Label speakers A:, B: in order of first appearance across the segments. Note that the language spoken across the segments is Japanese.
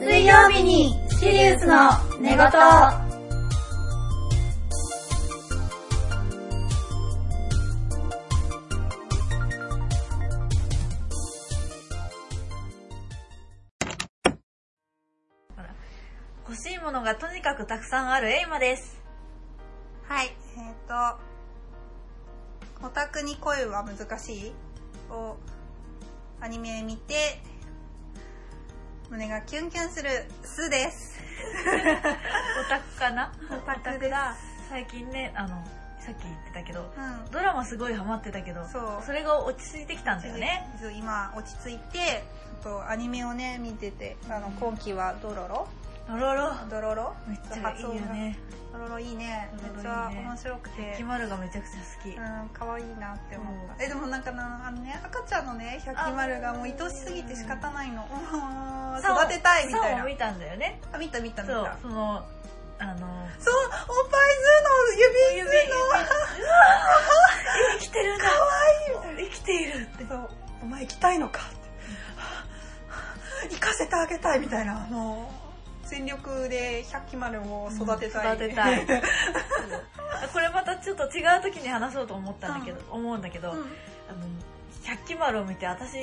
A: 水曜日にシリウスの寝言
B: 欲しいものがとにかくたくさんあるエイマです。
C: はい、えっ、と、オタクに恋は難しいをアニメ見て、胸がキュンキュンするスーです。
B: オタクかな
C: オタクです。
B: 最近ね、あの、さっき言ってたけど、
C: うん。
B: ドラマすごいハマってたけど、
C: そう
B: れが落ち着いてきたんだよね。
C: そう今落ち着いて、ちょっとアニメをね、見てて、あの、今期はドロロ
B: ドロロ。
C: ドロロ
B: めっちゃいいよ。ね。
C: ドロロいいね。
B: ドロロいいね
C: めっちゃ面白くて
B: キ。マルがめちゃくちゃ好き。
C: うん、可愛いなって思っ
B: う
C: た。え、でもなんかな、あのね、赤ちゃんのね、百鬼丸がもう愛しすぎて仕方ないの。うん
B: サオ
C: 育てたいみたい
B: サオ
C: な
B: を。見たんだよね。
C: あ、見た見た見
B: そ
C: た。
B: う、そ
C: そう、おっ
B: の、あの、
C: ぱいずーの指ずーの。
B: 生きてるんだ
C: 可愛いみ
B: 生きているって。
C: たいな。そう、お前行きたいのか って。行かせてあげたいみたいな。もう、全力で百鬼丸を育てたい。
B: 育て たい。これまたちょっと違う時に話そうと思ったんだけど、思うんだけど、
C: うん
B: あの、百鬼丸を見て私、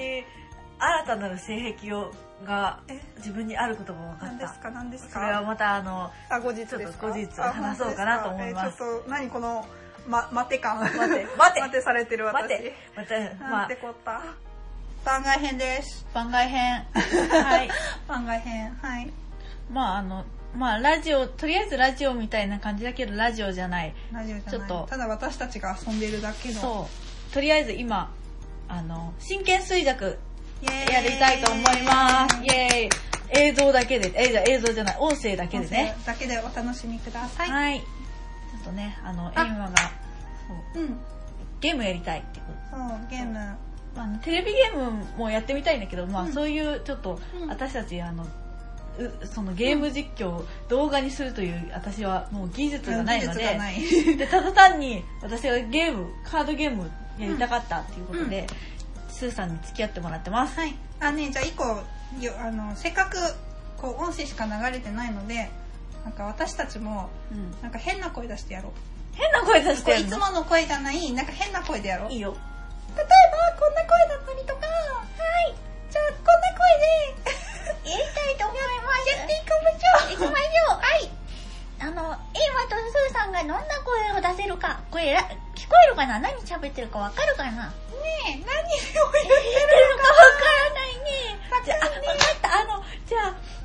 B: 新たなる性癖を、が
C: え、
B: 自分にあることが分か
C: 何
B: っ
C: です
B: た。
C: か何です
B: それは
C: か
B: またあの、
C: あ、後日ですか
B: ちょっと後日話そうかなと思います
C: あ本当ですかえちょっと、何この、ま、待て感。待
B: 待て、待て、
C: 待てされてる私。
B: 待て、また、ま
C: な
B: あ
C: んて、こった。番外編です。
B: 番外編。はい。
C: 番外編。はい。
B: まああの、まあラジオ、とりあえずラジオみたいな感じだけど、ラジオじゃない。
C: ラジオじゃない
B: ちょっと
C: ただ私たちが遊んでるだけの。
B: そう。とりあえず今、あの、真剣衰弱
C: イエーイ
B: やりたいと思います。イエーイ。映像だけで、え、じゃあ映像じゃない、音声だけでね。
C: 音声だけでお楽しみください。
B: はい。ちょっとね、あの、エイ
C: あ
B: マが、そう
C: うん。そう、
B: ゲームやりたいってこと。
C: ゲーム。
B: まああの、テレビゲームもやってみたいんだけど、まあ、
C: うん
B: そういうちょっと、
C: うん
B: 私たち、あの、うそのゲーム実況を動画にするという私はもう技術がないの
C: 技術
B: で
C: がない。
B: でただ単に私はゲームカードゲームやりたかったっていうことで、スーさんに付き合ってもらってます
C: はい。 あ、ね、じゃあ一個、よあの、せっかく、こう、音声しか流れてないので、なんか私たちも、
B: うん
C: なんか変な声出してやろう。
B: 変な声出し
C: こ
B: て
C: うい
B: る
C: つ
B: の
C: もの声じゃない、なんか変な声でやろう。
B: いいよ
C: 例えばこんな声だったりとかはいじゃあこんな声でやりたいと思いますやっていき
D: 行き
C: ましょう
D: ましょう。はい。あの、エイマとスーさんがどんな声を出せるか、これら、聞こえるかな何喋ってるかわかるかな
C: ねえ何を言って
D: 喋ってるかわからないね。
B: じゃあ、あわかった、あの、じゃ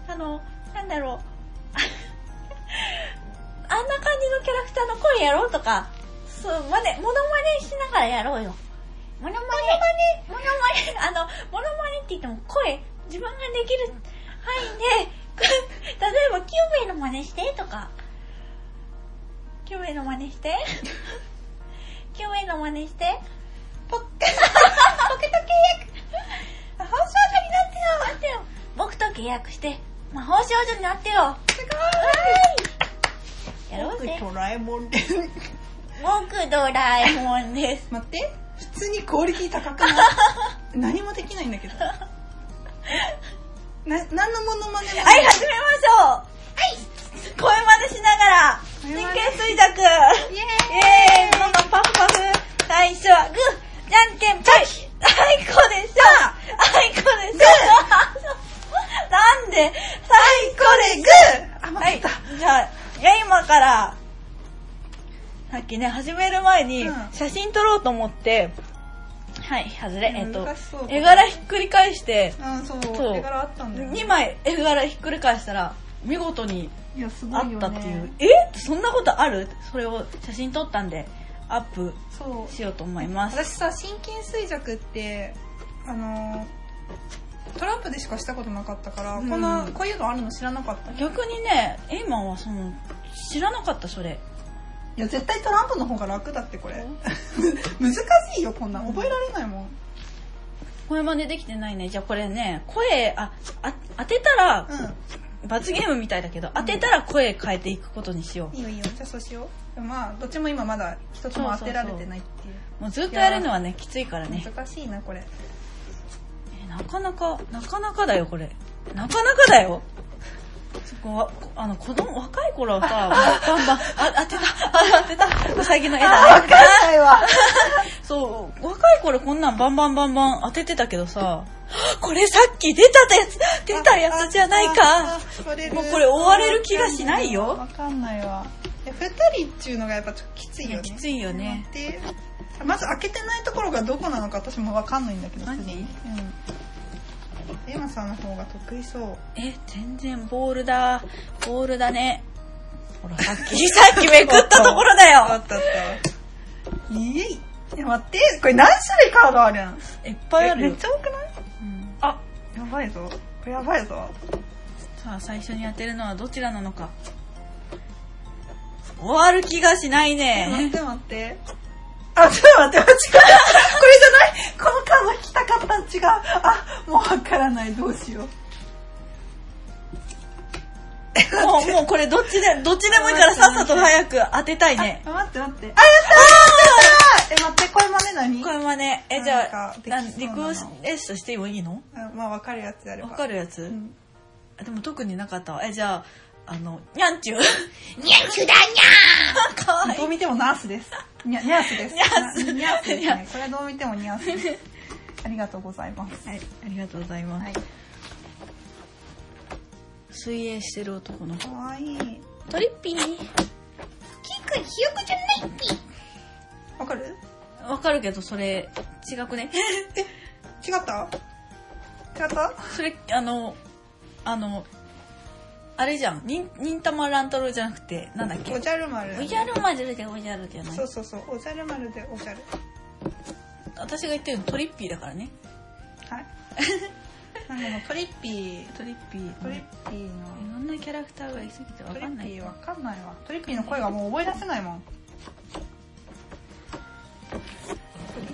B: あ、あの、なんだろう。あんな感じのキャラクターの声やろうとか、そう、まね、モノマネしながらやろうよ。モノマネ。モノマネ。あの、モノマネって言っても声、自分ができる範囲で、く例えば9名の真似してとか、9名の真似して、9名の真似して、
C: ポッケ
D: 僕と契約魔法少女になってよ僕と契約して、魔法少女になってよすごいやろうぜ。
C: ドラえもんです
D: 僕ドラえもんです。
C: 待って普通にクオリティ高 くない何もできないんだ けどな何のモノマネも
B: はい、始めましょうはい声真似しながら、
C: 声
B: 神
C: 真似
B: 経衰弱イエーイどんどんパフパフ最初はグーじゃんけんぽいあいこでしょあいこ でしょなんで最高でグ
C: あ
B: ー
C: 間
B: は
C: 違
B: い
C: った、、
B: じゃあ、今から、さっきね、始める前に
C: うん
B: 写真撮ろうと思って、はい、外れ、えっと
C: 難しそう、
B: 絵柄ひっくり返して、
C: うんそう
B: そう
C: 手柄あったんだよ、ね
B: 2、枚絵柄ひっくり返したら見事に
C: いやすご
B: あ
C: いよ、ね、
B: ったっていうえそんなことあるそれを写真撮ったんでアップ
C: そう
B: しようと思います
C: 私さ心筋衰弱ってあのートランプでしかしたことなかったから、
B: うん
C: こんなこういうのあるの知らなかったい
B: 逆にねエイマンはその知らなかったそれ
C: や絶対トランプの方が楽だってこれ 難しいよこんなん覚えられないもん
B: 声真似できてないねじゃあこれね声ああ当てたら
C: う
B: 罰ゲームみたいだけど当てたら声変えていくことにしよ
C: んいいよいいよじゃあそうしようまあどっちも今まだ一つも当てられてないっていう
B: うもうずっとやるのはねきついからね
C: 難しいなこれ
B: えなかなかなかなかだよこれなかなかだよこうあの、子供、若い頃は さ、バンバン、あ、当てた、あ当てた、うさぎの絵だね。
C: ない わ。
B: そう、若い頃こんなんバンバンバンバン当ててたけどさ、 これさっき出たやつ、出たやつじゃないか。もうこれ追われる気がしないよ
C: わかんないわ。いや二人っちゅうのがやっぱちょっときつ
B: い
C: いよ
B: や、
C: ね。
B: きついよね。
C: でまず開けてないところがどこなのか私もわかんないんだけど
B: マジ
C: すでにうんエマさんの方が得意そう
B: え、全然ボールだ、ボールだね。ほら、さっき、さっきめくったところだ
C: あ
B: よ。
C: ったあったいえいいや待ってこれ何種類カードあるん
B: いっぱいある
C: え
B: よ
C: めっちゃ多くない
B: うん
C: あやばいぞこれやばいぞ
B: さあ、最初に当てるのはどちらなのか。終わる気がしない
C: 待っ
B: ね。
C: て待ってあ、ちょっと待って、間違えた。これじゃないこのカード来たかったん違う。あ、もうわからない。どうしよう。
B: もう、もうこれどっちで、どっちでもいいからさっさと早く当てたいね。
C: あ待って待って。あ、やったーえ、待って、これまで何
B: これはね、え、じゃあ
C: なんか、でき
B: なリ
C: そうなん
B: クエストしてもいいの
C: あまあ、わかるやつであれば。
B: わかるやつ、
C: うん
B: あでも特になかったわ。え、じゃあ、あの、にゃんちゅ う。
D: にゃくだ
B: あかわいい。
C: どう見てもナースです。ニャニャースです。
B: ニャース
C: ニャースです
B: ニャー
C: ね。これはどう見てもニャースです。ありがとうございます。
B: はい、ありがとうございます。
C: はい。
B: 水泳してる男の子。
C: かわいい。
B: トリッピー。
D: キくん、ひよこじゃないっぴ。
C: わかる
B: わかるけど、それ、違く ね。
C: 違った違った
B: それ、あの、あの、あれじゃん。忍、忍たま乱太郎じゃなくて、なんだっけ。
C: おじゃる丸。
B: おじゃるまじゃでおじゃるじゃない
C: そう。そうそう。おじゃる丸でおじゃる。
B: 私が言ってるのトリッピーだからね。
C: はい。なんかもうトリッピー、
B: トリッピー。
C: トリッピーの、
B: いろんなキャラクターがいすぎてわ
C: トリ
B: かん
C: ッ
B: な
C: ピ
B: い
C: ー。わかんないわ。トリッピーの声がもう覚え出せないもん。ト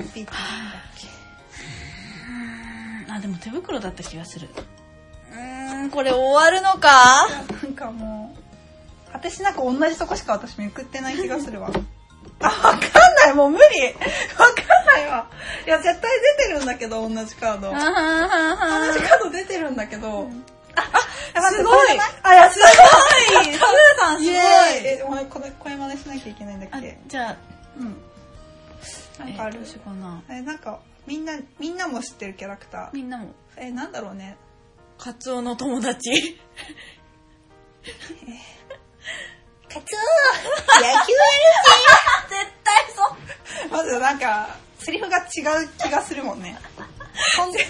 C: リッピーってなんだっけ
B: あ、でも手袋だった気がする。うーん、これ終わるのか
C: なんかもう、私なんか同じとこしか私めくってない気がするわ。 あ、わかんない、もう無理。わかんないわ。いや、絶対出てるんだけど、同じカード。
B: あ
C: 同
B: は
C: じ
B: ははは
C: カード出てるんだけど。あ、あ、
B: すごい
C: 待ってこれじゃなあ、いや、すごい
B: はい、サブーさんす
C: イ
B: ごい
C: エーイえ、お前これ、これ真似しなきゃいけないんだっ
B: あ
C: け
B: じゃあ、
C: うん。なんかあ
B: えーど
C: る
B: うしようかな。
C: え、なんか、みんな、みんなも知ってるキャラクター。
B: みんなも、
C: え、なんだろうね。
B: カツオの友達。
D: カツオ野球
B: 絶対そう。
C: まずなんか、セリフが違う気がするもんね。ほんで、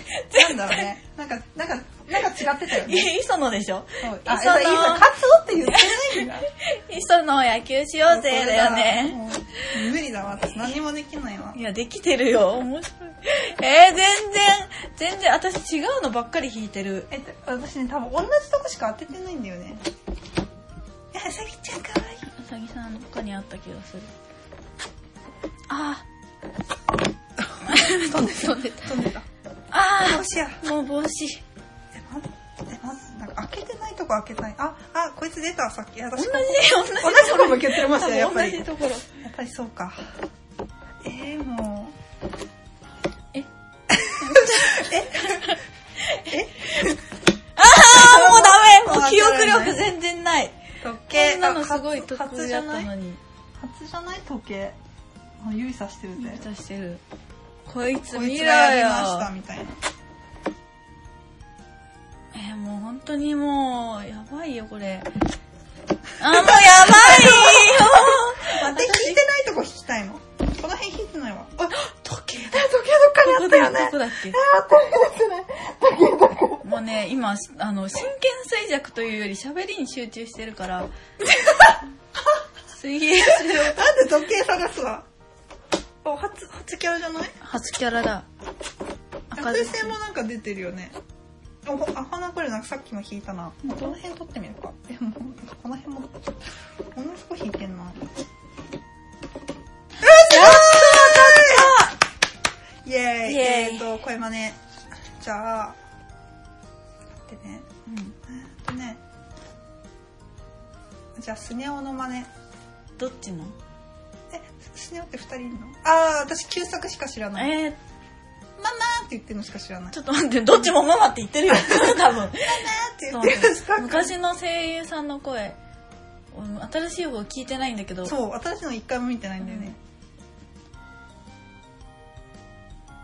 C: なんだろうね。なんか、なんか、なんか違ってたよ
B: い
C: ね。
B: や、磯野でしょ
C: そうあ、
B: 磯
C: そ
B: 野
C: う、いいさ、カツオって言ってないんだ。
B: 磯野野球しようぜだよね。
C: もう。無理だわ、私何もできないわ
B: い。や、できてるよ。面白い。えー、全然、全然、私違うのばっかり弾いてる。
C: えっと、私ね、多分同じとこしか当ててないんだよね。いや、うさぎちゃんか わいい。
B: うさぎさん他にあった気がする。あー。飛んで飛んでた。
C: 飛んでた。
B: あ
C: どうしよう。
B: ー。もう帽子。
C: え、まず、え、まず、なんか開けてないとこ開けたい。あ、あ、こいつ出た、さっき。いや
B: 同
C: 私
B: じ、
C: こ
B: 同
C: こ
B: じ。
C: 同じとこ向けてましたよ、やっぱり。
B: 同
C: や
B: じ
C: っ
B: ところ。
C: ぱりそうか。えー、もう。
B: あーもうダメも
C: も
B: う
C: う
B: 記憶
C: わからな
B: 力
C: い
B: 全然ない。
C: 時計
B: こんなのすごい得
C: 初
B: 意
C: じ
B: だ
C: ゃ
B: っ
C: な
B: た
C: い
B: のに。
C: 初じゃない時計あ指さしてるんだよ
B: 出してる。こいつ
C: こい
B: 見
C: つ
B: ろ
C: がやりました
B: よ。
C: みたいな
B: えー、もう本当にもう、やばいよこれ。あ、もうやば
C: 待って引いてないとこ引きたいのこの辺引いてないわあ時
B: いよ時計
C: 計どっかにあ
B: どこ
C: った
B: だ
C: よ
B: どこ
C: ね
B: だっけもうね、今、あの、真剣衰弱というより喋りに集中してるから、水泳する。
C: なんで時計探すわお初初キャラじゃない
B: 初キャラだ。赤
C: 学
B: ず
C: 生もなんか出てるよねおあ花これなんかさっきの引いたなもうこの辺取ってみるかえもうこの辺もものすごい引いてんなよしイェーイ
B: イエーイ
C: えっと声真似じゃあ待ってね
B: うん
C: えーっとねじゃあスネ夫の真似
B: どっちの
C: えスネ夫って二人いるのああ私旧作しか知らない
B: えー、
C: ママ言ってるのしか知らない。
B: ちょっと待って、どっちもママって言ってるよ。多分。
C: って言ってるのしか
B: 昔の声優さんの声、うん新しい方聞いてないんだけど、
C: そう、私の一回も見てないんだよね。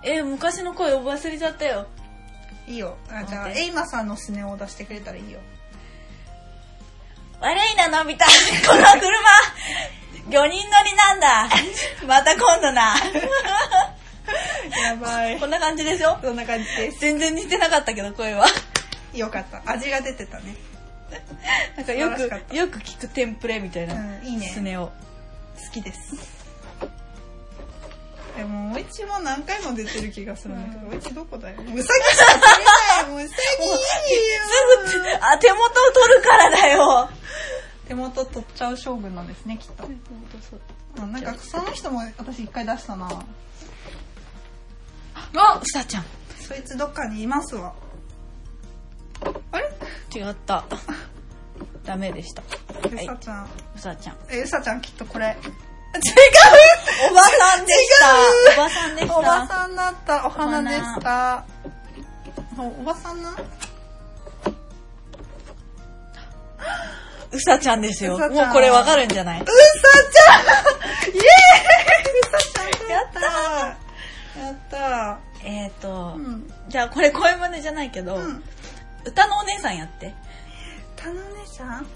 B: えー、昔の声忘れちゃったよ。
C: いいよ。あじゃあ、
B: 待って
C: エイマさんのスネ夫を出してくれたらいいよ。
B: 悪いな、のび太。この車、4人乗 りなん だ。また今度な。
C: やばい
B: こ。んな感じですよ。
C: そんな感じです。
B: 全然似てなかったけど、 声は。
C: よかった。味が出てたね。
B: なんかよく、よく聞くテンプレみたいな。
C: うんいいね
B: スネを。
C: 好きです。でも、おいちも何回も出てる気がするんだけど、おいちどこだよ。うさぎしか出れないもううさぎいいよ。
B: すぐ、あ、手元を取るからだよ。
C: 手元取っちゃう将軍なんですね、きっと。あなんか、その人も私一回出したな。
B: あ、ちたちゃん。
C: そいつどっかにいますわ。あれ
B: 違った。ダメでした。は
C: う
B: い
C: さ、ちゃん。
B: うさちゃん。
C: え、うさちゃんきっとこれ。
B: おばさんでした。おばさんでし
C: お
B: た。
C: ばさんだった。お花でした。おおばさんな
B: うさちゃんですよ。
C: うさち
B: も
C: ゃ
B: うんこれわかるんじゃないう
C: さ ちゃんイエーイうさちゃんだったやった
B: えっ、ー、と、
C: うん。
B: じゃあこれ声真似じゃないけど、
C: うん。
B: 歌のお姉さんやって。
C: たの姉さん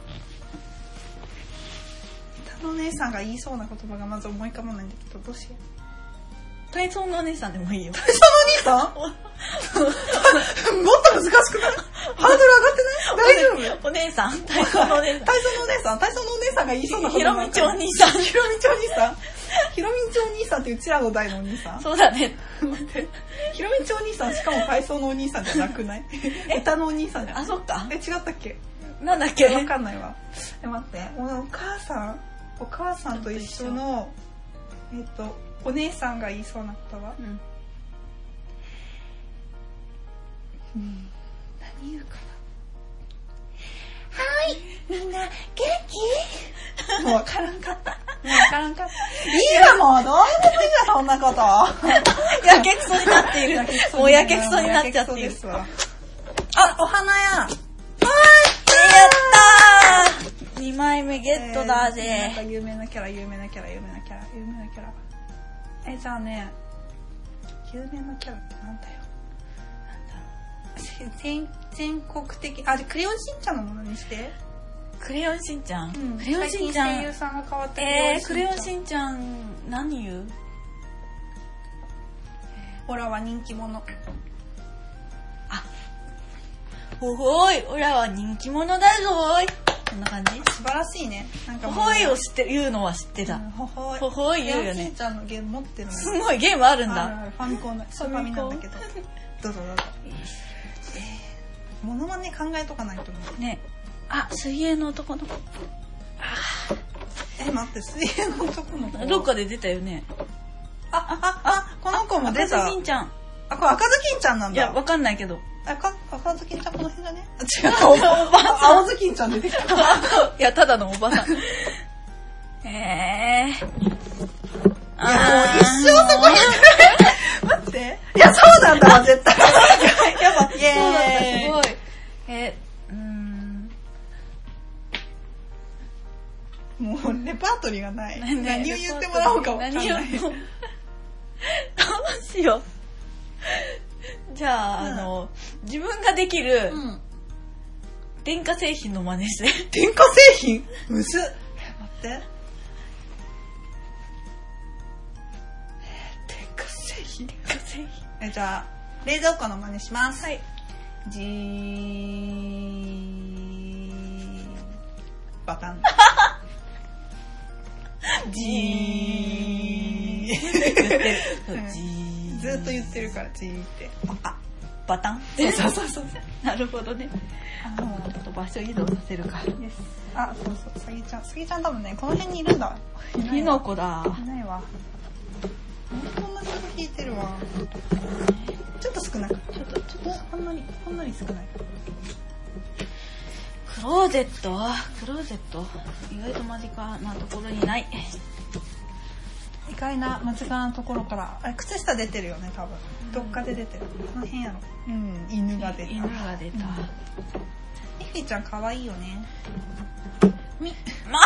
C: たの姉さんが言いそうな言葉がまず思い浮かばないんだけど、どうしよう。
B: 体操のお姉さんでもいいよ。
C: たの姉さん もっと難しくないハードル上がってない大丈夫
B: お姉さん体操のお姉さん。
C: 体操のお姉さん体操のお姉さんが言いそうな
B: ひろみちお
C: 兄
B: 兄さん。
C: ひろみちお兄さんひろみちお兄さんってうちらの代のお兄さん
B: そうだね。
C: ひろみちお兄さんしかも体操のお兄さんじゃなく ない歌のお兄さんじゃ
B: あ、
C: ん
B: そっか
C: え。違ったっけ
B: なんだっけ。
C: わかんないわえ待っておお母さんお母さんと一緒のえっとお姉さんが言いそうな言葉
B: うん
C: うん何言うか
D: みんな、元気
C: な もうわからんかったもうわからんかったいいわもうどうでもいいわそんな こと
B: やけくそになっている。もうやけくそになっちゃっている
C: やけく。そですわあお花や
B: やったー !2 枚目ゲットだ
C: えーなんか
B: ぜ。
C: 有名なキャラ、有名なキャラ、有名なキャラ、有名なキャラ。え、じゃあね、有名なキャラってなんだよ。なんだ全全国的、あ、じゃあクレヨンしんちゃんのものにして。
B: クレヨンしんちゃん。
C: うん
B: クレヨンしんちゃ
C: 最近声優
B: ん。
C: さんが変わった
B: えー、クレヨン
C: ん
B: しんちゃん、何言う
C: オラは人気者。
B: ほほーい、オラは人気者だぞーい。こんな感じ
C: 素晴らしいね。なんか
B: ほ
C: も
B: ほ
C: う
B: ーいを知って、言うのは知って
C: う
B: た
C: ん。ほほい。
B: ほほーい
C: クレ
B: 言う
C: ヨ
B: よ
C: ンしん
B: ね。
C: ちゃんのゲーム持ってるのよ
B: すごい、ゲームあるん
C: ある
B: だ。
C: あるファミコンの、スーパーミなんだけど。どうぞどうぞ。えー、ものまね考えとかないと思う。
B: ね。あ、水泳の男の
C: え、待って、水泳の男の子。
B: 子。どっかで出たよね。
C: あ、あ、あ、この子も出た。
B: 赤ずきんちゃん。
C: あ、これ赤ずきんちゃんなん
B: いや、
C: だ。
B: わかんないけど。
C: 赤、赤ずきんちゃんこの辺だね。違う、おばあ青ずきんちゃん出てきた。
B: いや、ただのおばさん。 えー。あー
C: 一生そこに。待って。 いや、そうなんだわ、絶対。やば、
B: そ
C: イ
B: うだった、
C: エ
B: す
C: ーイ
B: ごい。え、うーん。。
C: もう、レパートリーがない。
B: ね
C: 何を言ってもらおうかわかんない。
B: 何をどうしよう。じゃあ、
C: うん
B: あの、自分ができる
C: うん。
B: 電化製品の真似して。
C: 電化製品むずっ。え待って。電化製品
B: 電化製品。
C: えじゃあ冷蔵庫の真似しますはいじーバ タン
B: そうじ
C: じー
B: ー
C: ずっと言ってるからじーってバタン
B: バタン
C: そうそうそう
B: なるほどね。
C: あの
B: ちょっと場所移動させるか。
C: あそうそうさぎちゃんさぎちゃん多分ねこの辺にいるんだ
B: キノコだ。
C: いないわほんと同じこと聞いてるわちょっと少ないちょっとちょっとほんのりほんのり少ない
B: クローゼットクローゼット意外と間近なところにない。
C: 意外な間近なところからあれ靴下出てるよね多分どっかで出てるこの辺やろうん犬が出た
B: 犬が出た。
C: ミッフィーちゃん可愛いよねみ
B: ま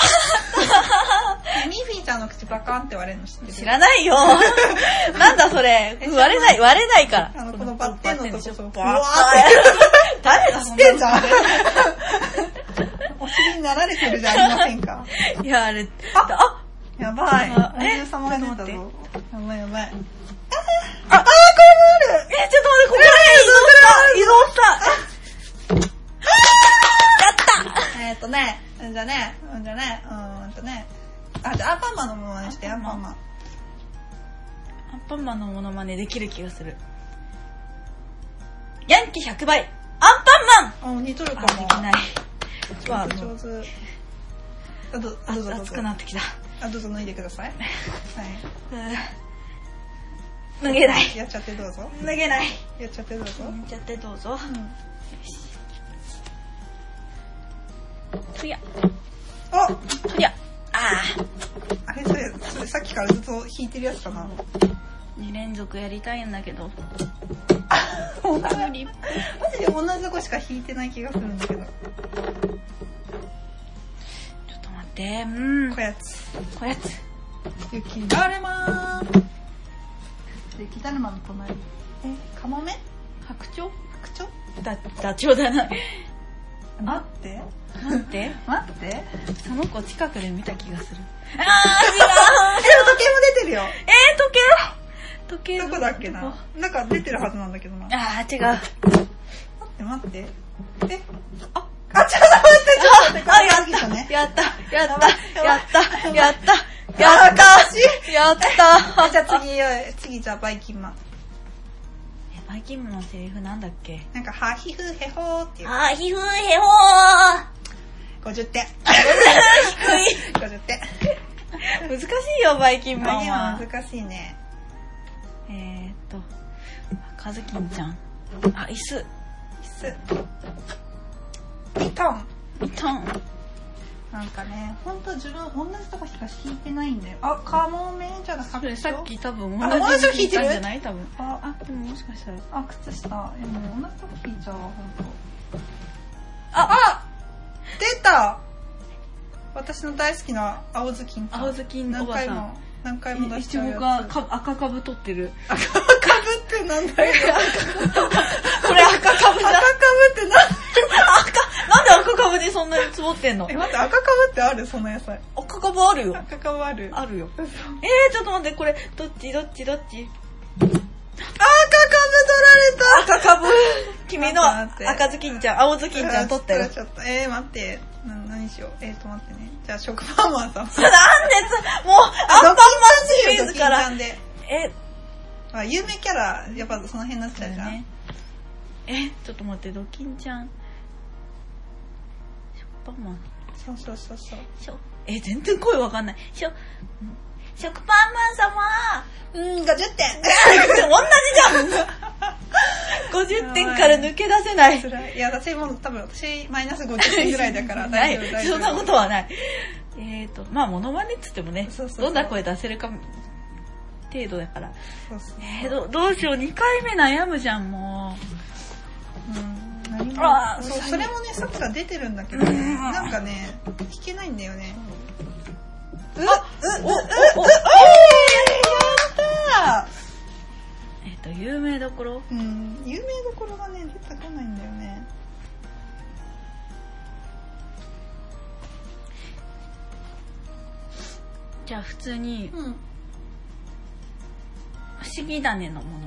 C: ミッフィーちゃんの口バカンって割れるの知ってる
B: 知らないよ。 なんだそれ。
C: え
B: 割れない、割れないから。
C: あのこのバッテン
B: バ
C: のとこ
B: ッテ
C: そう
B: バッ
C: うわ
B: て。誰だ
C: 知ってんじゃんお尻になられてるじゃありませんか
B: いや、あれ、
C: あ
B: あ、
C: やばい
B: あ。
C: お
B: え
C: じさまが出たぞ
B: ちょっと待っ。
C: やばいやばい。
B: あ、あー、これもあるえ、ちょっと待って、ここへ移動した移動したやった
C: えーっとね、うんじゃね、うんじゃね、うーんとね。あ、じゃあアンパンマンのものにして、アンパンマン。
B: アンパンマンのモノマネできる気がする。ヤンキー100倍アンパンマン
C: あ、似とるか
B: あ、
C: も。
B: できない。まあ、も
C: 上
B: う、
C: 手。上手あ、ど
B: あ
C: どうぞどう
B: 熱
C: ぞ
B: く。なってきた。
C: あ、どうぞ脱いでくだ さい。はい。
B: うー脱げない。
C: やっちゃってどうぞ。
B: 脱げない。
C: やっちゃってどうぞ。
B: やっちゃってどうぞ。とりゃ、
C: あ
B: とりゃ。ああ。
C: あれそれ、それさっきからずっと弾いてるやつかな。
B: 2連続やりたいんだけど。
C: 無理。マジで同じとこしか弾いてない気がするんだけど。こ
B: ちょっと待って。うん。こ
C: やつ。
B: やつ。
C: 雪だるま雪だるまの隣。え、カモメ
B: 白鳥
C: 白鳥
B: だ、ダチョウだな。
C: 待って。
B: 待って。
C: 待って。え、
B: その子近くで見た気がする。 あ
C: 時
B: あ、違う。
C: 計も出てるよ。
B: えー、時計時計
C: どこだっけ
B: ど
C: な
B: こ。
C: なんか出てるはずなんだけどな。待
B: ああ、違う。あ、
C: って待って。え、あ、あ、ちょっと待って、ちょっと待って。こ
B: あ、
C: れ
B: やっ
C: 詐欺だね
B: た。やった。やっ
C: やば
B: た。
C: い
B: やった。やった。や
C: あ
B: っ
C: ー悲しい
B: た。やった。
C: えじゃあ次よ、次じゃあバイキンマン。
B: えバイキンマンのセリフなんだっけ
C: なんか、は、ひふ、へほーっていう。
B: あー、ひふへほー。
C: 50点。50点。
B: 難しいよ、バイキンマ
C: バイキ
B: ン
C: ンマ
B: は
C: ン。難しいね。
B: えーっと、かずきんちゃん。あ、椅子。
C: す。リトン。
B: ビトン。
C: なんかね、ほんと自分同じとこしか弾いてないんだよ。あ、カモメじゃなか
B: そ
C: った
B: れさっ。き多分
C: あ同じ
B: 同
C: 人
B: じ
C: 弾いて
B: た
C: る
B: んじゃない多分。
C: あ、
B: あ、でももしかしたら。
C: あ、靴下。え、もう同じとこ弾いちゃうわ、ほんと。
B: あ、
C: 出た私の大好きな青ずきん
B: 青ずきんお
C: 何
B: ばさん
C: 回も、何回も
B: い
C: 出し
B: ち
C: ちゃう
B: ご
C: やつ。
B: がか赤かぶ取って る。
C: 赤かぶってなんだよ。
B: これ赤かぶ
C: 赤
B: だ
C: か。ぶってなんだよ。
B: なんで赤かぶでそんなに積もってんの
C: え、待って、赤かぶってあるその野菜。
B: 赤かぶあるよ。
C: 赤かぶある。
B: あるよ。えー、ちょっと待って、これ、どっちどっちどっち
C: 赤かぶ取られた
B: 赤かぶ。君の
C: 待って待って
B: 赤ずきんちゃん、青ずきんちゃん取ったよ。
C: ちょっと、えー、待って。な、何しよう。えー、と、待ってね。じゃあ、食パンマンさん。ア
B: な
C: ン
B: んでつ、もう、アンパンマンシリーズから。
C: で。
B: え、
C: あ、有名キャラ、やっぱその辺になっちゃうじゃん。
B: ねえちょっと待ってドキンちゃんしょっぱマン
C: そうそうそうそう。
B: しょえ全然声わかんないしょん食パンマン様
C: うーん、50点。
B: 同じ じゃん50点から抜け出せない
C: 辛い。いや、私も多分、私、マイナス50点ぐらいだから、
B: な
C: 大丈夫、
B: い
C: 大丈夫。
B: そんなことはないえっ、ー、とまあモノマネっつってもね
C: そうそうそう
B: どんな声出せるか程度だから
C: そうそう。
B: えー、どどうしよう2回目悩むじゃんもう
C: うん、何も
B: あー
C: そう、
B: そう
C: それもね、さっきから出てるんだけどね、なんかね、弾けないんだよね。うわうううう
B: おお
C: やった
B: えっ、と有名どころ
C: ーうん、有名どころがね、出てこないんだよね。
B: じゃあ普通に
C: うん。
B: 不思議種のものまね。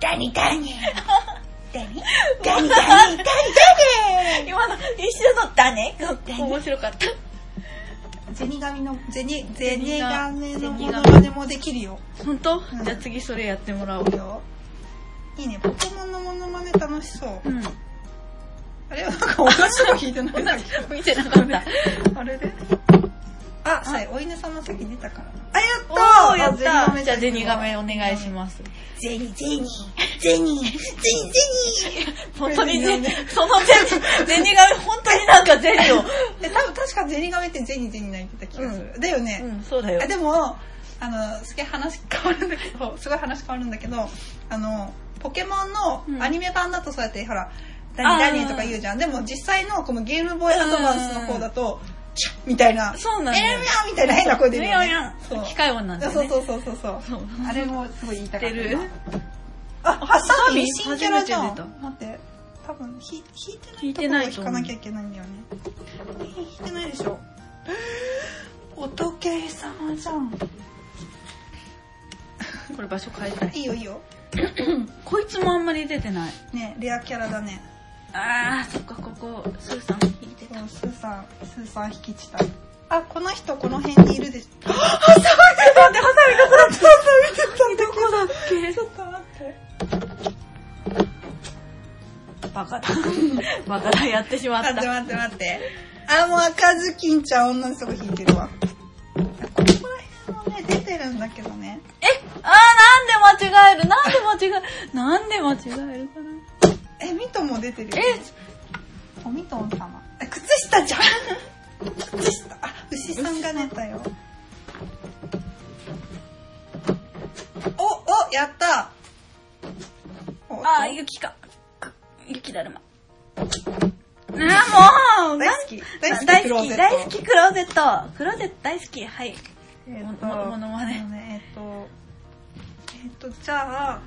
D: ダニダニ。ダニ
B: ダニダニダニ今の一瞬のダネが面白かった。
C: 銭神の、銭、銭金のも
B: 銭
C: の
B: が
C: まねもできるよ。
B: 本当
C: ん
B: じゃあ次それやってもらおう。
C: いいよいいね、ポケモンのものまね楽しそう。
B: うん。
C: あれなんか同じとこ弾いてないん だっけ
B: 見てなかった。
C: あれであ、さえ、お犬様先出たから。あ、やった
B: おおーやっ
C: ゼニガ
B: た
C: メ
B: じゃあゼニガメお願いします。
C: ゼニ、ゼニ、ゼニ、ゼニ、ゼニ
B: 本当に
C: ゼ
B: ゼ
C: ニ
B: ニ
C: ガ、
B: そのゼニ、 ゼニガメ本当になんかゼニを。
C: え、多分確かゼニガメってゼニゼニ泣いてた気がする。だよね。
B: うん、そうだよ
C: あ。でもあのすげえ話変わるんだけど すごい話変わるんだけどあのポケモンのアニメ版だとそうやって、ほら「ダニダニ」とか言うじゃんでも実際のこのゲームボーイアドバンスの方だと「チャッ」みたいな「
B: そうなん
C: え
B: だ
C: ー
B: よ
C: み。ゃー」みたいな変な声出
B: ゼ
C: る
B: ニ
C: よ
B: ガ
C: ね
B: メやん
C: そう。
B: 機械音なんだよ
C: そう
B: ね。
C: そうそうそうそう
B: そう
C: あれもすごい言いたかったな
B: 知ってる
C: あハ
B: ハ
C: ッサ
B: サ
C: ミ
B: ミ
C: 新キャラじゃん
B: 初
C: 待
B: めて
C: って多分ひ引いてない
B: 引いてない
C: と
B: と
C: こ
B: 思う
C: ろを引かなきゃいけないんだよね引いてないでしょおとけ様じゃん
B: これ場所変えたい。
C: いいよいいよ
B: こいつもあんまり出てない。
C: ねレアキャラだね
B: あー、そっか、ここ、スーさん引いてた。
C: そうスーさんスーさん引き地帯あこの人この辺にいるでし ょあハサミなんでハサミどこだったハサミどこだっけちょっと待って
B: バカだ。バカだ、やってしまっ
C: 待って
B: た。
C: 待って待って。あ、もう赤ずきんちゃん女の人が弾いてるわ。ここら辺もね、出てるんだけどね。
B: えあー、なんで間違えるなんで間違えるなんで間違えるかな
C: え、ミトも出てるよ。
B: え、
C: おミトン様。え、靴下じゃん靴下。あ、牛さんが出たよ。お、お、やったお
B: あー、雪か。雪だるま。あー、もう
C: 大好き。大好き。
B: 大
C: クロ
B: 好
C: ー
B: き、
C: ゼット
B: 大好。き、クローゼット。クローゼット大好き、はい。
C: え
B: ももものまね
C: そうねえっと、えっと、じゃあ、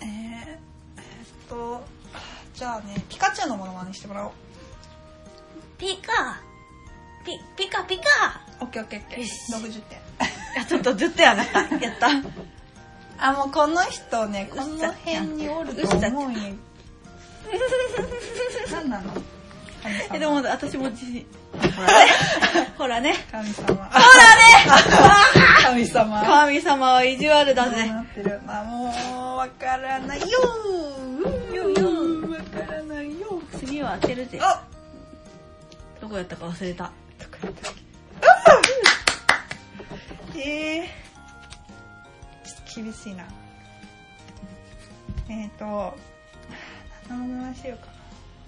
C: えーえっと、じゃあね、ピカチュウのものまねしてもらおう。
B: ピカピ、ピカピカ
C: オッケーオッケーオッケー。
B: よし
C: 60点。
B: あ、ちょっとずっとやがった。やった。
C: あ、もうこの人ね、この辺におると思うよ。何なの神 様。
B: え、でも私も自 信。ほらね。
C: 神様。 神様。
B: 神様は意地悪だ
C: どう
B: ぜ。
C: なってるまあもう、わからないよー
B: よー
C: わからないよ
B: 次は当てるぜ。
C: あ
B: どこやったか忘れた。
C: ええちょっと厳しいな。えっ、ー、と、何のものまねしようか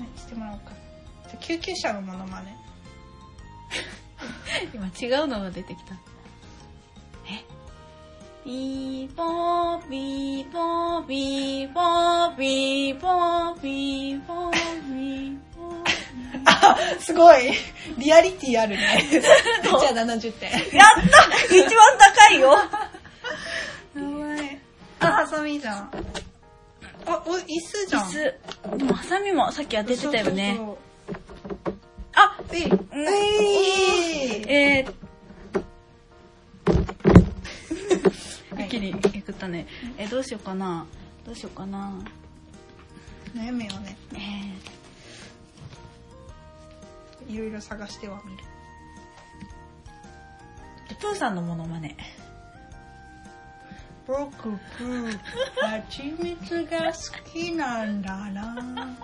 C: な。ね、してもらおうか。じゃあ救急車のものまね。
B: 今違うのが出てきた。えビーボービーボービーボービーボービーボービーボー
C: あ、すごいリアリティある ね。じゃあ70点。
B: やった一番高いよ
C: やばい。あ、ハサミじゃん。あ、お、椅子じゃん。
B: 椅子。でもハサミもさっき当ててたよね。
C: そう
B: あ
C: そうそう。
B: うん
C: えい、えい、
B: えー
C: はい
B: 一気にいくったね。え、どうしようかな。どうしようかな。
C: 悩むよね。
B: えー
C: いろいろ探してはみる。
B: プーさんのモノマネ。
C: 僕プー、蜂蜜が好きなんだな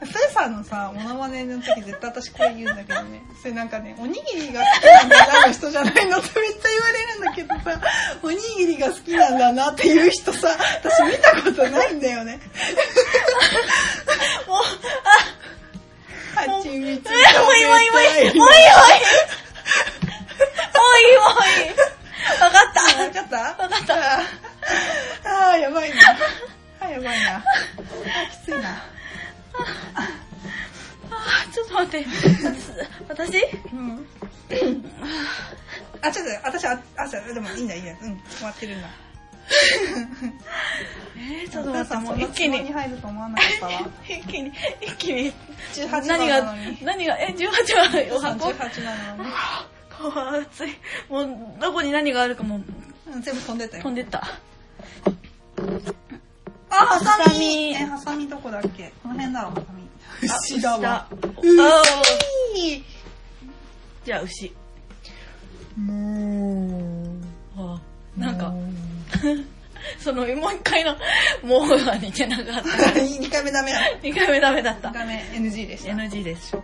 C: プーさんのさ、モノマネの時絶対私これ言うんだけどね。それなんかね、おにぎりが好きなんだなの人じゃないのってめっちゃ言われるんだけどさ、おにぎりが好きなんだなっていう人さ、私見たことないんだよね。
B: もう、あ、も
C: 蜂蜜がめっち
B: ういもういもうい、もういもうい。もういもうい。わか
C: わ
B: っ
C: かった
B: た。わかった。
C: ああ、やばいな。あーやばいな。あーきついな。
B: あちょっと待って。私
C: うん。あ、ちょっと、私、あ、あ、そうでもいいんだ、いいんだ。うん、終わってるんだ。
B: えー、ち
C: お
B: ょっと
C: 母
B: 待って、
C: さん、
B: も
C: そん
B: う
C: な
B: 一
C: 質
B: 気
C: 問に
B: に。
C: 入ると思わなかったわ。
B: 一気に、一気に。
C: 18番
B: 何
C: な
B: が
C: のに。、
B: 何が、え、18番お箱
C: 18なのに。
B: あ熱い。もう、どこに何があるかもう
C: うん全部飛んでた
B: 飛
C: よ
B: ん。でった。
C: あ、ハ
B: ハサミ
C: え、ハサミどこだっけこの辺だわ、ハサミ。
B: あ
C: 牛だわ。
B: 牛だあー
C: いい
B: じゃあ牛。
C: もう。
B: あーなんか、 その、もう一回の、もうは似てなかった。
C: 2回目ダメだ。
B: 二回目ダメだっ
C: 2
B: た。
C: 回目 NG でした。
B: NG です。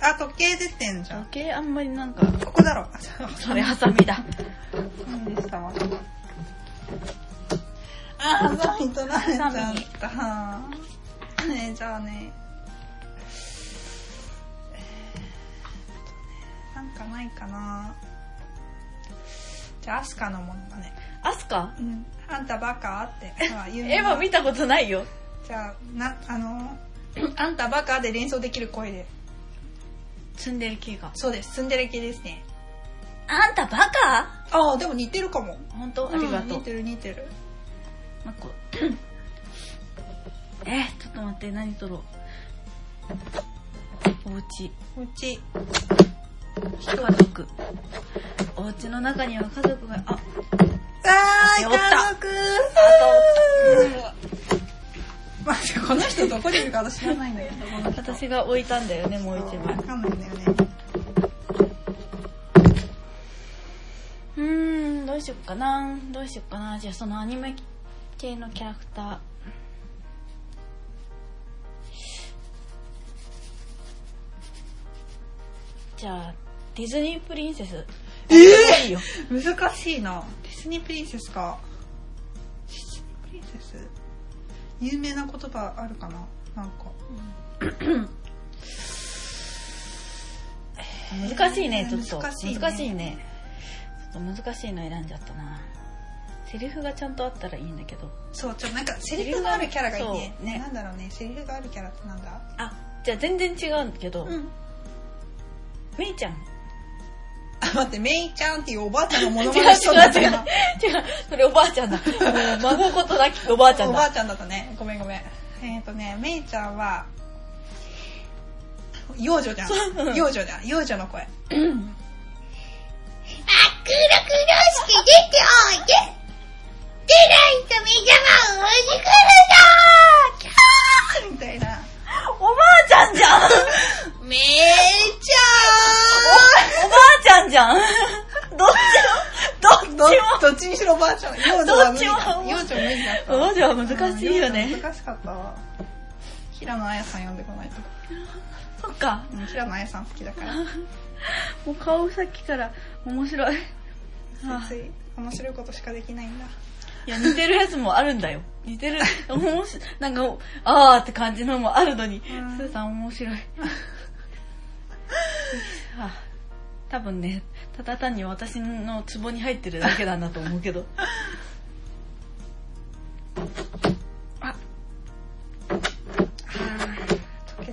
C: あ、時計出てんじゃん
B: 時。計あんまりなんか、
C: ここだろ。あ、そう。
B: それハサミだ。
C: そうでしたわ。あー、ハサミ取られちゃった。ねじゃあね。えーっとねなんかないかな。じゃあ、アスカのものだね。
B: アスカ
C: うん。あんたバカって、まあ、言う
B: エヴァ見たことないよ。
C: じゃあ、な、あの、あんたバカで連想できる声で。
B: ツンデレ系が。
C: そうです。ツンデレ系ですね。
B: あんたバカ
C: ああ、でも似てるかも。
B: 本当ありがと
C: ん
B: う
C: 似。てる似てる。
B: なんか、えー、ちょっと待って、何撮ろう。お家、
C: うち、
B: 家族。お家の中には家族が、あ、
C: あー、
B: や
C: 家
B: った
C: 族
B: あ
C: まあ、この人どこにいるか私知らないんだけど、この人。
B: 私が置いたんだよね、もう一枚
C: わ。かんないんだよね。
B: うーん、どうしよっかな。どうしよっかな。じゃあ、そのアニメ系のキャラクター。じゃあ、ディズニープリンセス。
C: え
B: いいよ。
C: 難しいな。ディズニープリンセスか。ディズニープリンセス有名な言葉あるかななんか。
B: 難しいね、ちょっと。
C: 難
B: 難
C: しい
B: し
C: ね
B: いね。ちょっと難しいの選んじゃったな。セリフがちゃんとあったらいいんだけど。
C: そう、ちょっとなんかセリフがあるキャラがいいね。
B: そうね
C: なんだろうね、セリフがあるキャラってなんだ
B: あ、じゃあ全然違うんだけど、
C: うん。
B: メイちゃん。
C: あ、待って、メイちゃんっていうおばあちゃんのモ
B: 違う
C: ノ
B: 違う
C: マネしそうだった
B: 違う。違う
C: な。、
B: それおばあち ゃんだ。もう孫ことなきおばあちゃん
C: おばあ
B: だ。
C: ちゃんだったね。ごめんごめん。えっ、とね、めいちゃんは、幼女じゃん。幼女じゃん。幼女の声。
D: 黒々しく出ておいで出ないと目玉を押しくるぞキャ
C: みたいな。
B: おばあちゃんじゃん
D: ーめーち
B: おばあちゃんじゃんどっちもど
C: ど
B: っち
C: どっちにしろおばあちゃん。幼女は無理だ。
B: どっちも
C: 幼女無理だった
B: もおばあちゃんは難しいよ
C: うん幼
B: ね
C: 女。難しかったわ。平野綾さん呼んでこないと。
B: そっか。
C: うん平野綾さん好きだから。
B: もう顔さっきから面白い。
C: ついつい面白いことしかできないんだ。
B: いや、似てるやつもあるんだよ。似てる、面白い、なんか、あーって感じのもあるのに、
C: ん
B: スーさん面白い。あ多分ね、ただ単に私のツボに入ってるだけだなと思うけど。あ、
C: 時々だっけ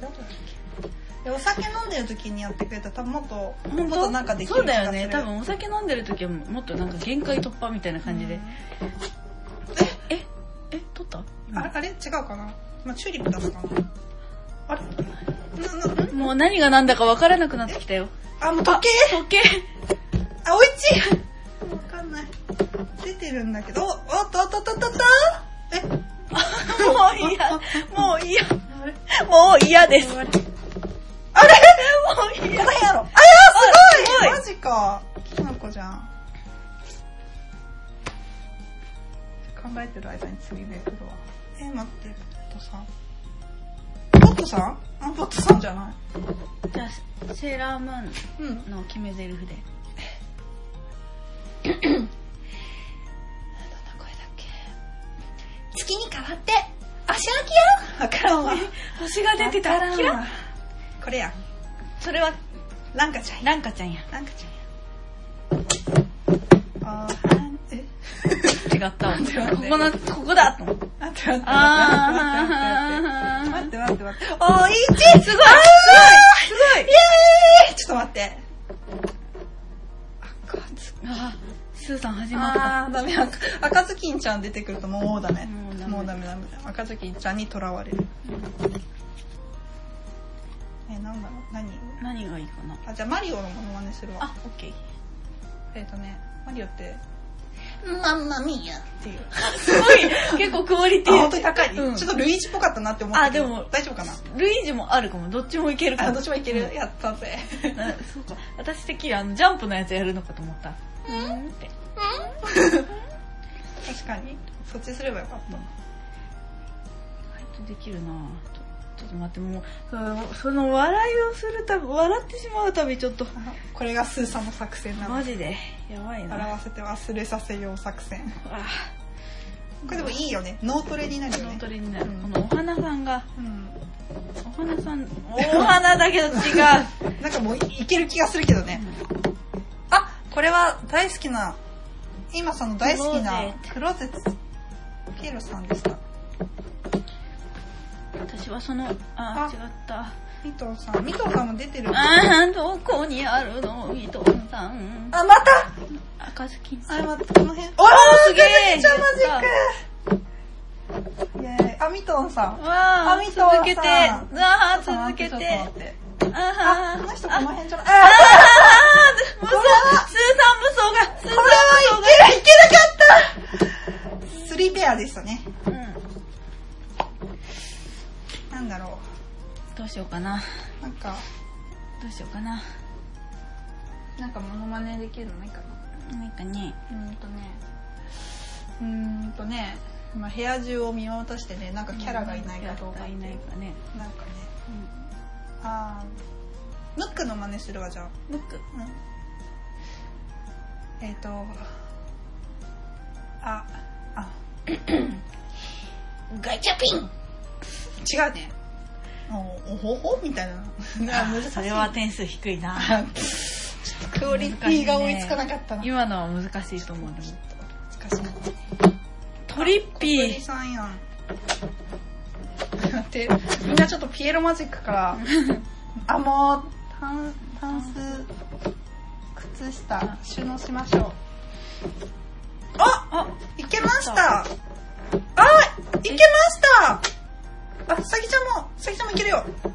C: でお酒飲んでる時にやってくれたら多分もっと、
B: 本
C: もっ
B: 当
C: となんかできる
B: そう
C: 気が
B: だ
C: す
B: よ
C: る
B: ね。多分お酒飲んでる時はもっとなんか限界突破みたいな感じで。え、え、撮った今
C: あれあれ違うかな今チューリップだったかなあれな、な、ん
B: もう何が何だか分からなくなってきたよ。
C: あ、もう時計
B: 時計
C: あ、おいちわかんない。出てるんだけど、おおっとおっとおっとおっとおっとえ
B: もう嫌、もう嫌、 もう嫌です。も
C: あれ
B: う嫌。
C: やばいやろあ
B: あ
C: や
B: す
C: マジかきなこじゃん。考えてる間に次めくるわ。え、待って、ポットさん。ポットさんあ、ポットさんじゃな
B: じゃあ、セーラームー
C: いうん
B: ン。の決め台詞で。
C: どんな声だっけ
D: ゃん月に変わって足置
C: わからんわ。
B: 星が出てた。キラッ
C: これや。
B: それは、
C: ランカちゃんや。
B: ランカちゃんや。
C: ランカちゃんや。あーはん、え
B: 違ったわ。
C: 待って
B: ここの、ここだと思って。
C: 待って待って
B: あー
C: 待って待って待って待って待って待って
B: おー、いちすごいすごいすごい
C: えーちょっと待って。
B: あー、スーさん始まった。
C: あー、ダメ。赤赤ずきんちゃん出てくるともうダメ
B: もうダ。メ
C: もうダメダメ。赤ずきんちゃんにとらわれる。え、なんだろう何
B: 何がいいかな
C: あ、じゃあマリオのモノマネするわ。
B: あ、オッケー。
C: えっとね、マリオって、
D: きよマンマミヤ
C: っていう。
B: すごい結構クオリテ
C: あ、本当に
B: ィ。
C: 高い。
B: うん
C: ちょっとルイージっぽかったなって思ったけど。
B: あでも
C: 大丈夫かな
B: ルイージもあるかも。どっちもいけるか
C: あ、
B: も
C: どっ。ちもいける。やったぜ。
B: あそうか。私的にあの、ジャンプのやつやるのかと思った。うんって。
C: 確かに。そっちすればよかっ
B: 意
C: た。
B: 外とできるなぁちょちょっと待ってもうそのその笑いをするたび笑ってしまうたびちょっと
C: あこれがスーさんの作戦なの。
B: マジでやばいな
C: 笑わせて忘れさせよう作戦。
B: あ
C: これでもいいよね。脳トレになるよ
B: 脳
C: ね
B: ト。レになる、
C: うん
B: このお花さんが
C: うん。
B: お花さ んお花だけど違う
C: なんかもういける気がするけどね。あ、これは大好きな、今その大好きなクローゼット、ピエロさんでした。
B: 私はそのあ
C: あ
B: 違った
C: ミトンさん、ミトンさんも出てる。
B: あーどこにあるの伊藤さん
C: あ、また
B: 赤ずきんさん
C: あ、またこの辺。おー
B: すげえ
C: めっちゃマジックイェーイ。あ、ミトンさん。
B: わあ
C: あみとうさん
B: 続けてああ続け
C: ちょってと待って。あ、
B: あ
C: この
B: あ
C: 人この辺じゃない。
B: あ
C: あ
B: あ無双スーさん無双がスー
C: これはいける、いけなかったスリーペアでしたね。
B: さんうん
C: なんだろ
B: どうしようかな
C: う。なんか、
B: どうしようかな
C: なんかモノマネできるのないかな。
B: なんかね
C: うーんとね、うーんとね、まあ、部屋中を見渡してね、なんかキャラがいないかどうか
B: キャラが
C: って
B: いないかね
C: なんかね、
B: うん
C: あー、ムックの真似するわ、じゃあ。
B: ムック
C: えっ、と、あ、あ、
D: ガチャピン
C: 違うね。おおほほみたいな。 な難しい。
B: それは点数低いな
C: あちょっとクオリティが追いつかなかったな。
B: 今のは難しいと思うでも
C: 難しいな。
B: トリッピ
C: 鳥
B: ー
C: さんやん。だって、みんなちょっとピエロマジックから、あ、もう、タン、タンス、靴下、収納しましょう。あ
B: あ
C: いけましたあいけましたあ、さぎちゃんも、さぎちゃんもいけるようわ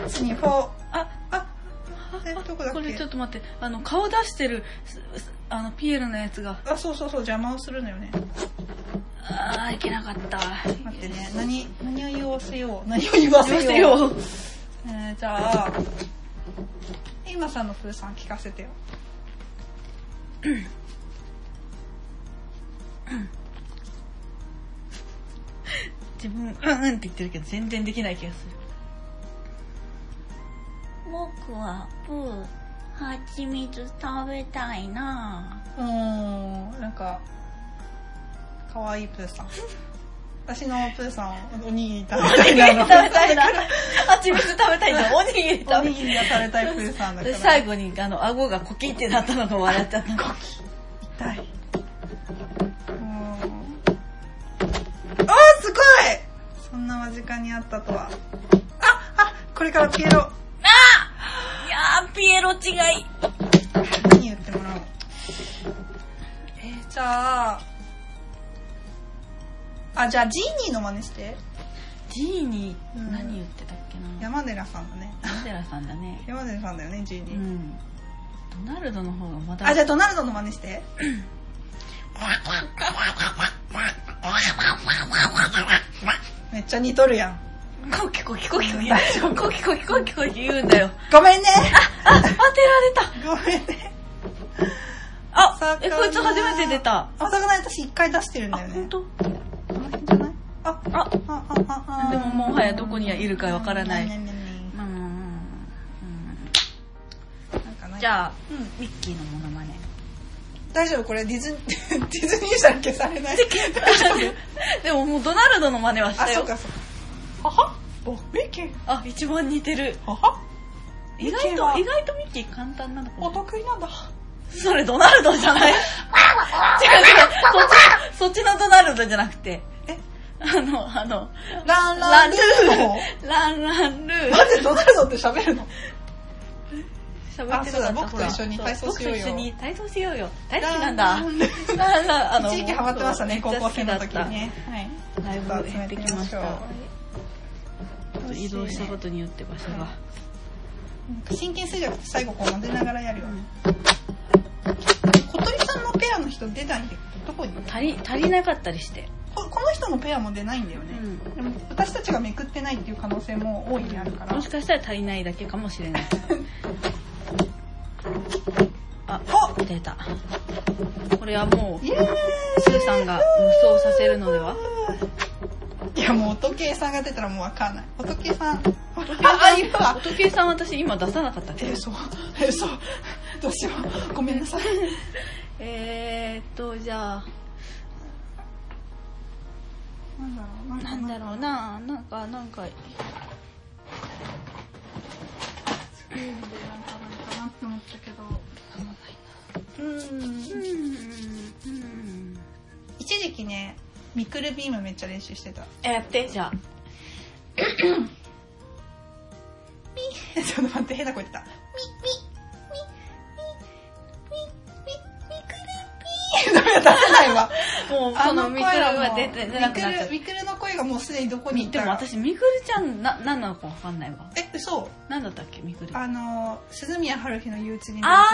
C: ー !1、2、4。
B: あ
C: あ、え、どこだっけ
B: これちょっと待ってあの顔出してるすすあのピエロのやつが
C: あ、そうそうそう、邪魔をするのよね。
B: ああいけなかった
C: 待ってね、何、何を言わせよう。何を言わ
B: どう
C: せ
B: せ
C: よう。
B: よ
C: えー、じゃあ、今さんのプーさん聞かせてよ。
B: 自分うんうんって言ってるけど全然できない気がする
D: 僕はプー、蜂蜜食べたいな
C: うーん、なんか、かわいいプーさん。私のプーさん、おにぎり食べたいな。
B: いな 蜂蜜食べたい なおにぎり食べ
C: おにぎりが食べたいプーさんだから。
B: で最後にあの顎がコキってなったのが笑っちゃ った
C: 痛い。うーん。あー、すごいそんな間近にあったとは。あ、あ、これからピエロ。
B: いやーピエロ違い
C: 何言ってもらおうえー、じゃああじゃあジーニーの真似して
B: ジーニ
C: うん
B: ー何言ってたっけな
C: 山寺さんだね
B: 山寺さんだね
C: 山寺さんだよねジー
B: う
C: ニー、
B: んドナルドの方がまだ
C: あじゃあドナルドの真似してめっちゃ似とるやん
B: コキコキコキコキコキコキコキコキ言うんだよ
C: ごめんね
B: あ当てられた
C: ごめんね
B: あえこいつ初めて出た
C: お魚私一回出してるん
B: あ
C: だよね
B: 本当
C: この辺じゃないあ
B: あ
C: ああああ
B: でももはやどこにいるかわからない
C: ねんねんねんねん
B: うんうんうん
C: なんか
B: う
C: なんい
B: じゃあ
C: うん
B: ミッキーのモノマネ
C: 大丈夫これディズニー、ディズニーじゃ消されない。大丈夫
B: でももうドナルドの真似はした
C: あ、そう
B: よ
C: かそうか。ははボメキ
B: あ一番似てる
C: はは
B: 意
C: ミッ
B: 外
C: キーは
B: と意外とミッキー簡単なのか
C: お
B: も
C: 得意なんだ。
B: それドナルドじゃない違う違うそっちそっちのドナルドじゃなくて
C: え
B: あのあの
C: ラン
B: ラ
C: ラ
B: ン
C: ン
B: ル
C: ル
B: ー
C: ーの
B: ランランルー
C: なんでドナルドって喋るの
B: 喋ってなかった
C: あそうだ僕と一緒に
B: ほら
C: 体操しようよ
B: そう僕と一緒に体操しようよ大好きなん
C: ラン
B: だランランあ
C: 一時期ハマってましたね、高校生の時
B: ね
C: にね。はい。
B: だいぶ減ってきました
C: ちょっ
B: ちょっと移動したことによって場所が
C: なんか真剣衰弱って最後こう混ぜながらやるよね。小鳥さんのペアの人出ないんだけど、どこにいる
B: 足り足りなかったりして
C: ここの人のペアも出ないんだよね。
B: うん
C: でも私たちがめくってないっていう可能性も大いにあるから。
B: もしかしたら足りないだけかもしれないあ
C: お
B: 出た。これはもう、スーさんが無双させるのではい
C: や、もう音計さんが出たらもうわかんない。音計さん、あ、あ、言うわ。
B: お時計さん私今出さなかったっけ
C: え、そう、え、そう。どうしよう。ごめんな さい。
B: えーっと、じゃあ、
C: なんだろ
B: なんだろう
C: う、なんか
B: ななんか、なんか、
C: スクールでなんかないかなって思ったけど。うん。
B: うん、うん。
C: 一時期ね、ミクルビームめっちゃ練 習してた。
B: え、やって、じゃあ。
C: ちょっと待って、変な声出た。 ミ、ミ、ミ、ミ、ミ、ミ、ミクルビーム。ダ メだ、出せないわ。
B: もう、
C: あ
B: そのミクル
C: は
B: が出て、出なくなっちゃっ。
C: ミクルミクルの声がもうすでにどこに行ったた
B: でも
C: か
B: 私、ミクルちゃん、な、なんなのかわかんないわ。
C: え、嘘
B: なんだったっけ、ミクル。あ
C: あの、鈴宮春日の憂鬱に
B: あ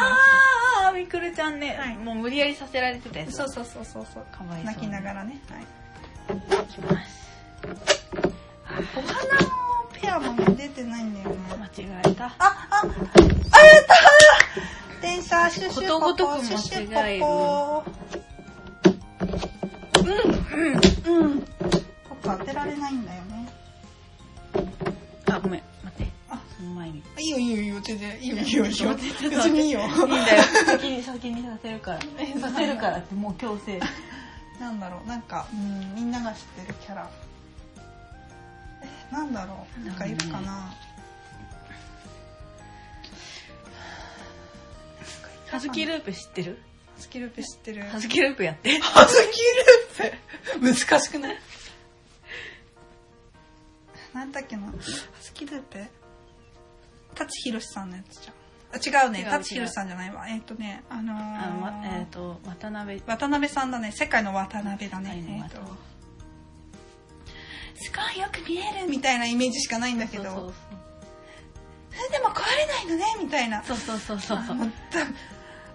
B: ー、ミクルちゃんね、
C: はい
B: もう無理やりさせられてたやつ。
C: そうそうそうそうそう。
B: かわいそう。
C: 泣きな
B: ら。
C: がらね。はい。
B: いきます。
C: お花のペアももう出てないんだよね。
B: 間違えた。
C: あ、あ、あ、やった電車、シュッシュ
B: こと
C: ポ
B: ごと
C: ポ、
B: く
C: シュッシ
B: 間違える
C: ュポポ。うん、うん、うん。ポポ当てられないんだよね。
B: あ、ごめん、待って。
C: あ
B: その前に。い
C: いいよ、いいよ、いいよ、全然。いいよ、いいよ、 いいよ。
B: 待って
C: 別にいいよ。
B: いんだよ。先に先にさせるから。させるからって、もう強制。
C: なんだろう、なんか、うん、みんなが知ってるキャラ。え、なんだろう、なんかいるかな。なんかいたかな
B: ハズキループ知ってる
C: ハズキループ知ってる。
B: ハズキループやって。
C: ハズキループ難しくないなんだっけなハズキループ舘ひろしさんのやつじゃん。あ違う
B: 違
C: ね
B: う。
C: 舘ひろしさんじゃないわ。えっ、とね、あのー
B: あの、ま、えっ、と、渡辺。
C: 渡辺さんだね。世界の渡辺だね。
B: 世界の
C: えっ、
B: 渡
C: と
B: 辺、
C: すごいよく見えるみたいなイメージしかないんだけど、
B: そうそう
C: えでも壊れないのね、みたいな。
B: そうそうそうそうそう
C: もう多分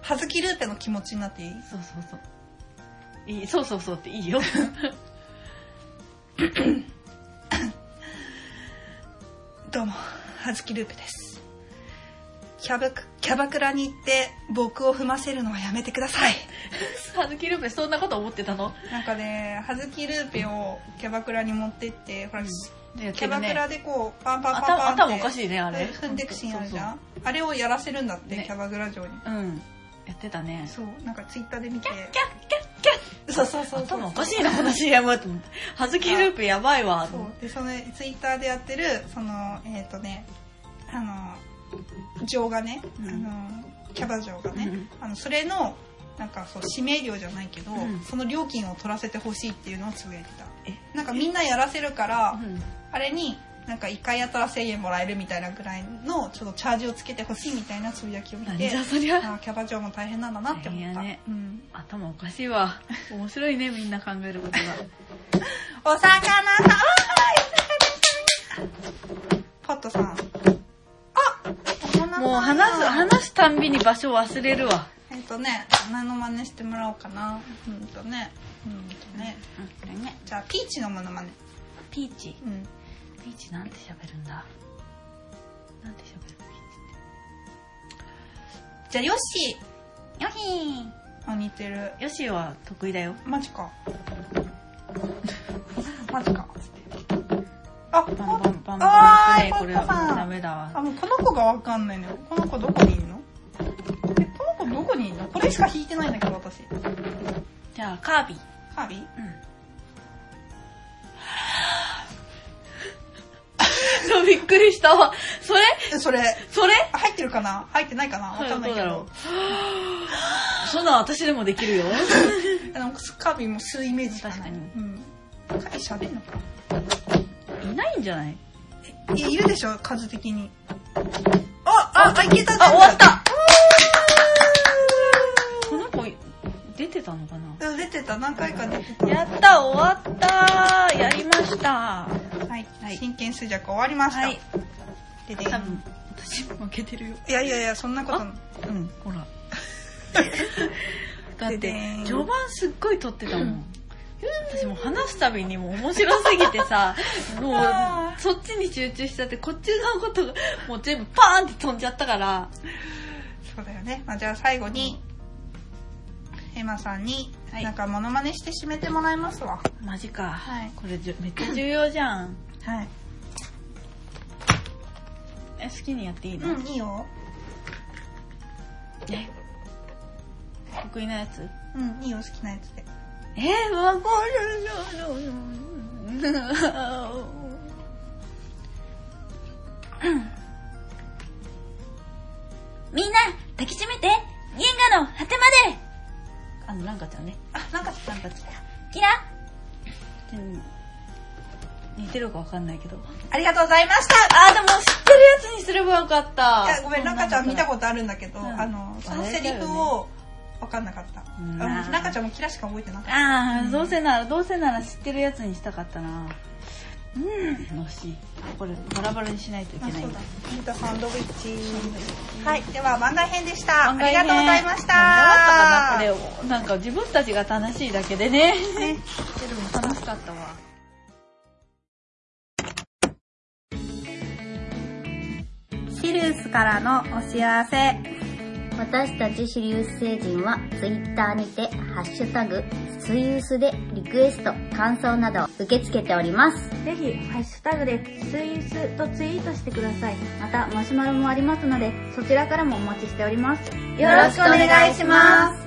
C: ハズキルーペの気持ちになっていい
B: そうそうそういいそうそうそうっていいよ
C: どうも、はずきループです。キャバク、キャバクラに行って僕を踏ませるのはやめてください。
B: ハズキループそんなこと思ってたの
C: なんかね、はずきルーペをキャバクラに持ってって、ほら、
B: やっ
C: キ
B: て
C: ャ
B: る
C: バク
B: ね
C: ラでこう、パンパンパン
B: 頭
C: パンって。
B: 頭おかしいねあれ
C: 踏んでくシーンあるじゃ
B: そ
C: んあれをやらせるんだって、
B: ね
C: キャバクラ城に。
B: うそううんやってたね
C: そう、なんかツイッターで見て。
B: キャッキャッキャッ
C: そうそうそうそう。
B: 頭おかしいなこの CM と思ってハズキループやばいわ
C: そうでそのツイッターでやってるそのえっ、とねあの嬢がね、
B: うん
C: あのキャバ嬢がね、
B: うん
C: あのそれのなんかそう指名料じゃないけど、
B: うん
C: その料金を取らせてほしいっていうのをつぶやいてた
B: え
C: なんかみんなやらせるから、
B: うん
C: あれになんか1回やったら1000円もらえるみたいなぐらいのちょっとチャージをつけてほしいみたいなつぶやきを見
B: なん
C: て
B: じゃそりゃ
C: あーキャバ嬢も大変なんだなって思っ
B: 大
C: た、
B: 変やね
C: うん、
B: 頭おかしいわ面白いねみんな考えることが
C: お魚さん、ポットさん。あお花さん
B: もう話す、話すたんびに場所忘れるわ。
C: えっとね、何の真似してもらおうかな。うんとね、うんとね。
B: うん、ね。
C: じゃあ、ピーチのモノマネ。
B: ピーチ。
C: うん。
B: ピーチなんて喋るんだなんて喋るピーチ
C: じゃあ、ヨッシ
B: って。ヨヒ
C: ー。あ、似てる。
B: ーヨシーは得意だよ。
C: マジか。マジか。あ、
B: バンバンバン
C: あ
B: バン
C: ー
B: ね。これ
C: ポッポさ
B: は
C: ん
B: ダメだ
C: あ、
B: わ。
C: もうこの子がわかんないのよ。この子どこにいるのえ、この子どこにいるのこれしか弾いてないんだけど、私。
B: じゃあ、カービィ。
C: カービィ
B: そう、びっくりしたわ。それ
C: えそれ、
B: それ
C: 入ってるかな入ってないかなわかんないけ
B: どうだ
C: ど
B: ろ。う。 そんなん私でもでき るよ。
C: あの、カービィも吸うイメージしかない。
B: 確か
C: うん。カービィ喋んのか
B: いないんじゃない
C: いやいるでしょ、数的に。あ、あ、あ、いけた
B: あ、終わった
C: う
B: この子、出てたのかな
C: ーん出てた、何回か出てた。
B: やった終わったやりました
C: はい
B: はい。
C: 真剣衰弱終わりました
B: はい。。
C: でで
B: 多分、私負けてるよ。
C: いやいやいや、そんなことない。
B: うん、ほ ら。だっ
C: でで
B: て
C: ーん、
B: 序盤すっごい撮ってたもん。私もう話すたびにもう面白すぎてさ、も
C: あ
B: うそっちに集中しちゃって、こっちのことがもう全部パーンって飛んじゃったから、
C: そうだよね。まあ、じゃあ最後に、エマさんに、
B: はい
C: なんかモノマネして締めてもらいますわ。
B: マジか。
C: はい
B: これじゅめっちゃ重要じゃん。
C: はい。
B: え、好きにやっていいの、
C: うん、いいよ。
B: え得意なやつ
C: うん、いいよ、好きなやつで。
B: えー、わかるよ。
E: みんな、抱きしめて銀河の果てまで
B: あの、なんかちゃんね。
C: あ、なんか、
B: なんかちゃん。
E: キラ
B: うん似てるかわかんないけど。
C: ありがとうございました
B: あ、でも知ってるやつにすればよかっ
C: いや
B: た。
C: ごめん、なんかちゃん見たことあるんだけど、
B: ん
C: あの、そのセリフを、わかんなかった。あ
B: ん
C: のなんかちゃんもキラしか覚えてなかった。
B: ああ、どうせなら、どうせなら知ってるやつにしたかったな。うん、惜しい。これ、バラバラにしないといけないんだ。
C: ミートサンドウィッチ。はい、では番外編でした。あ
B: 案外
C: り
B: ね
C: がとうございました。
B: なんでだったかな、これ。なんか自分たちが楽しいだけでね。
C: ね
B: 楽しかったわ。
C: シリウスからのお知らせ。
D: 私たちシリウス星人はツイッターにてハッシュタグスイウスでリクエスト、感想などを受け付けております。
E: ぜひ、ハッシュタグで、スイースとツイートしてください。また、マシュマロもありますので、そちらからもお待ちしております。
D: よろしくお願いします。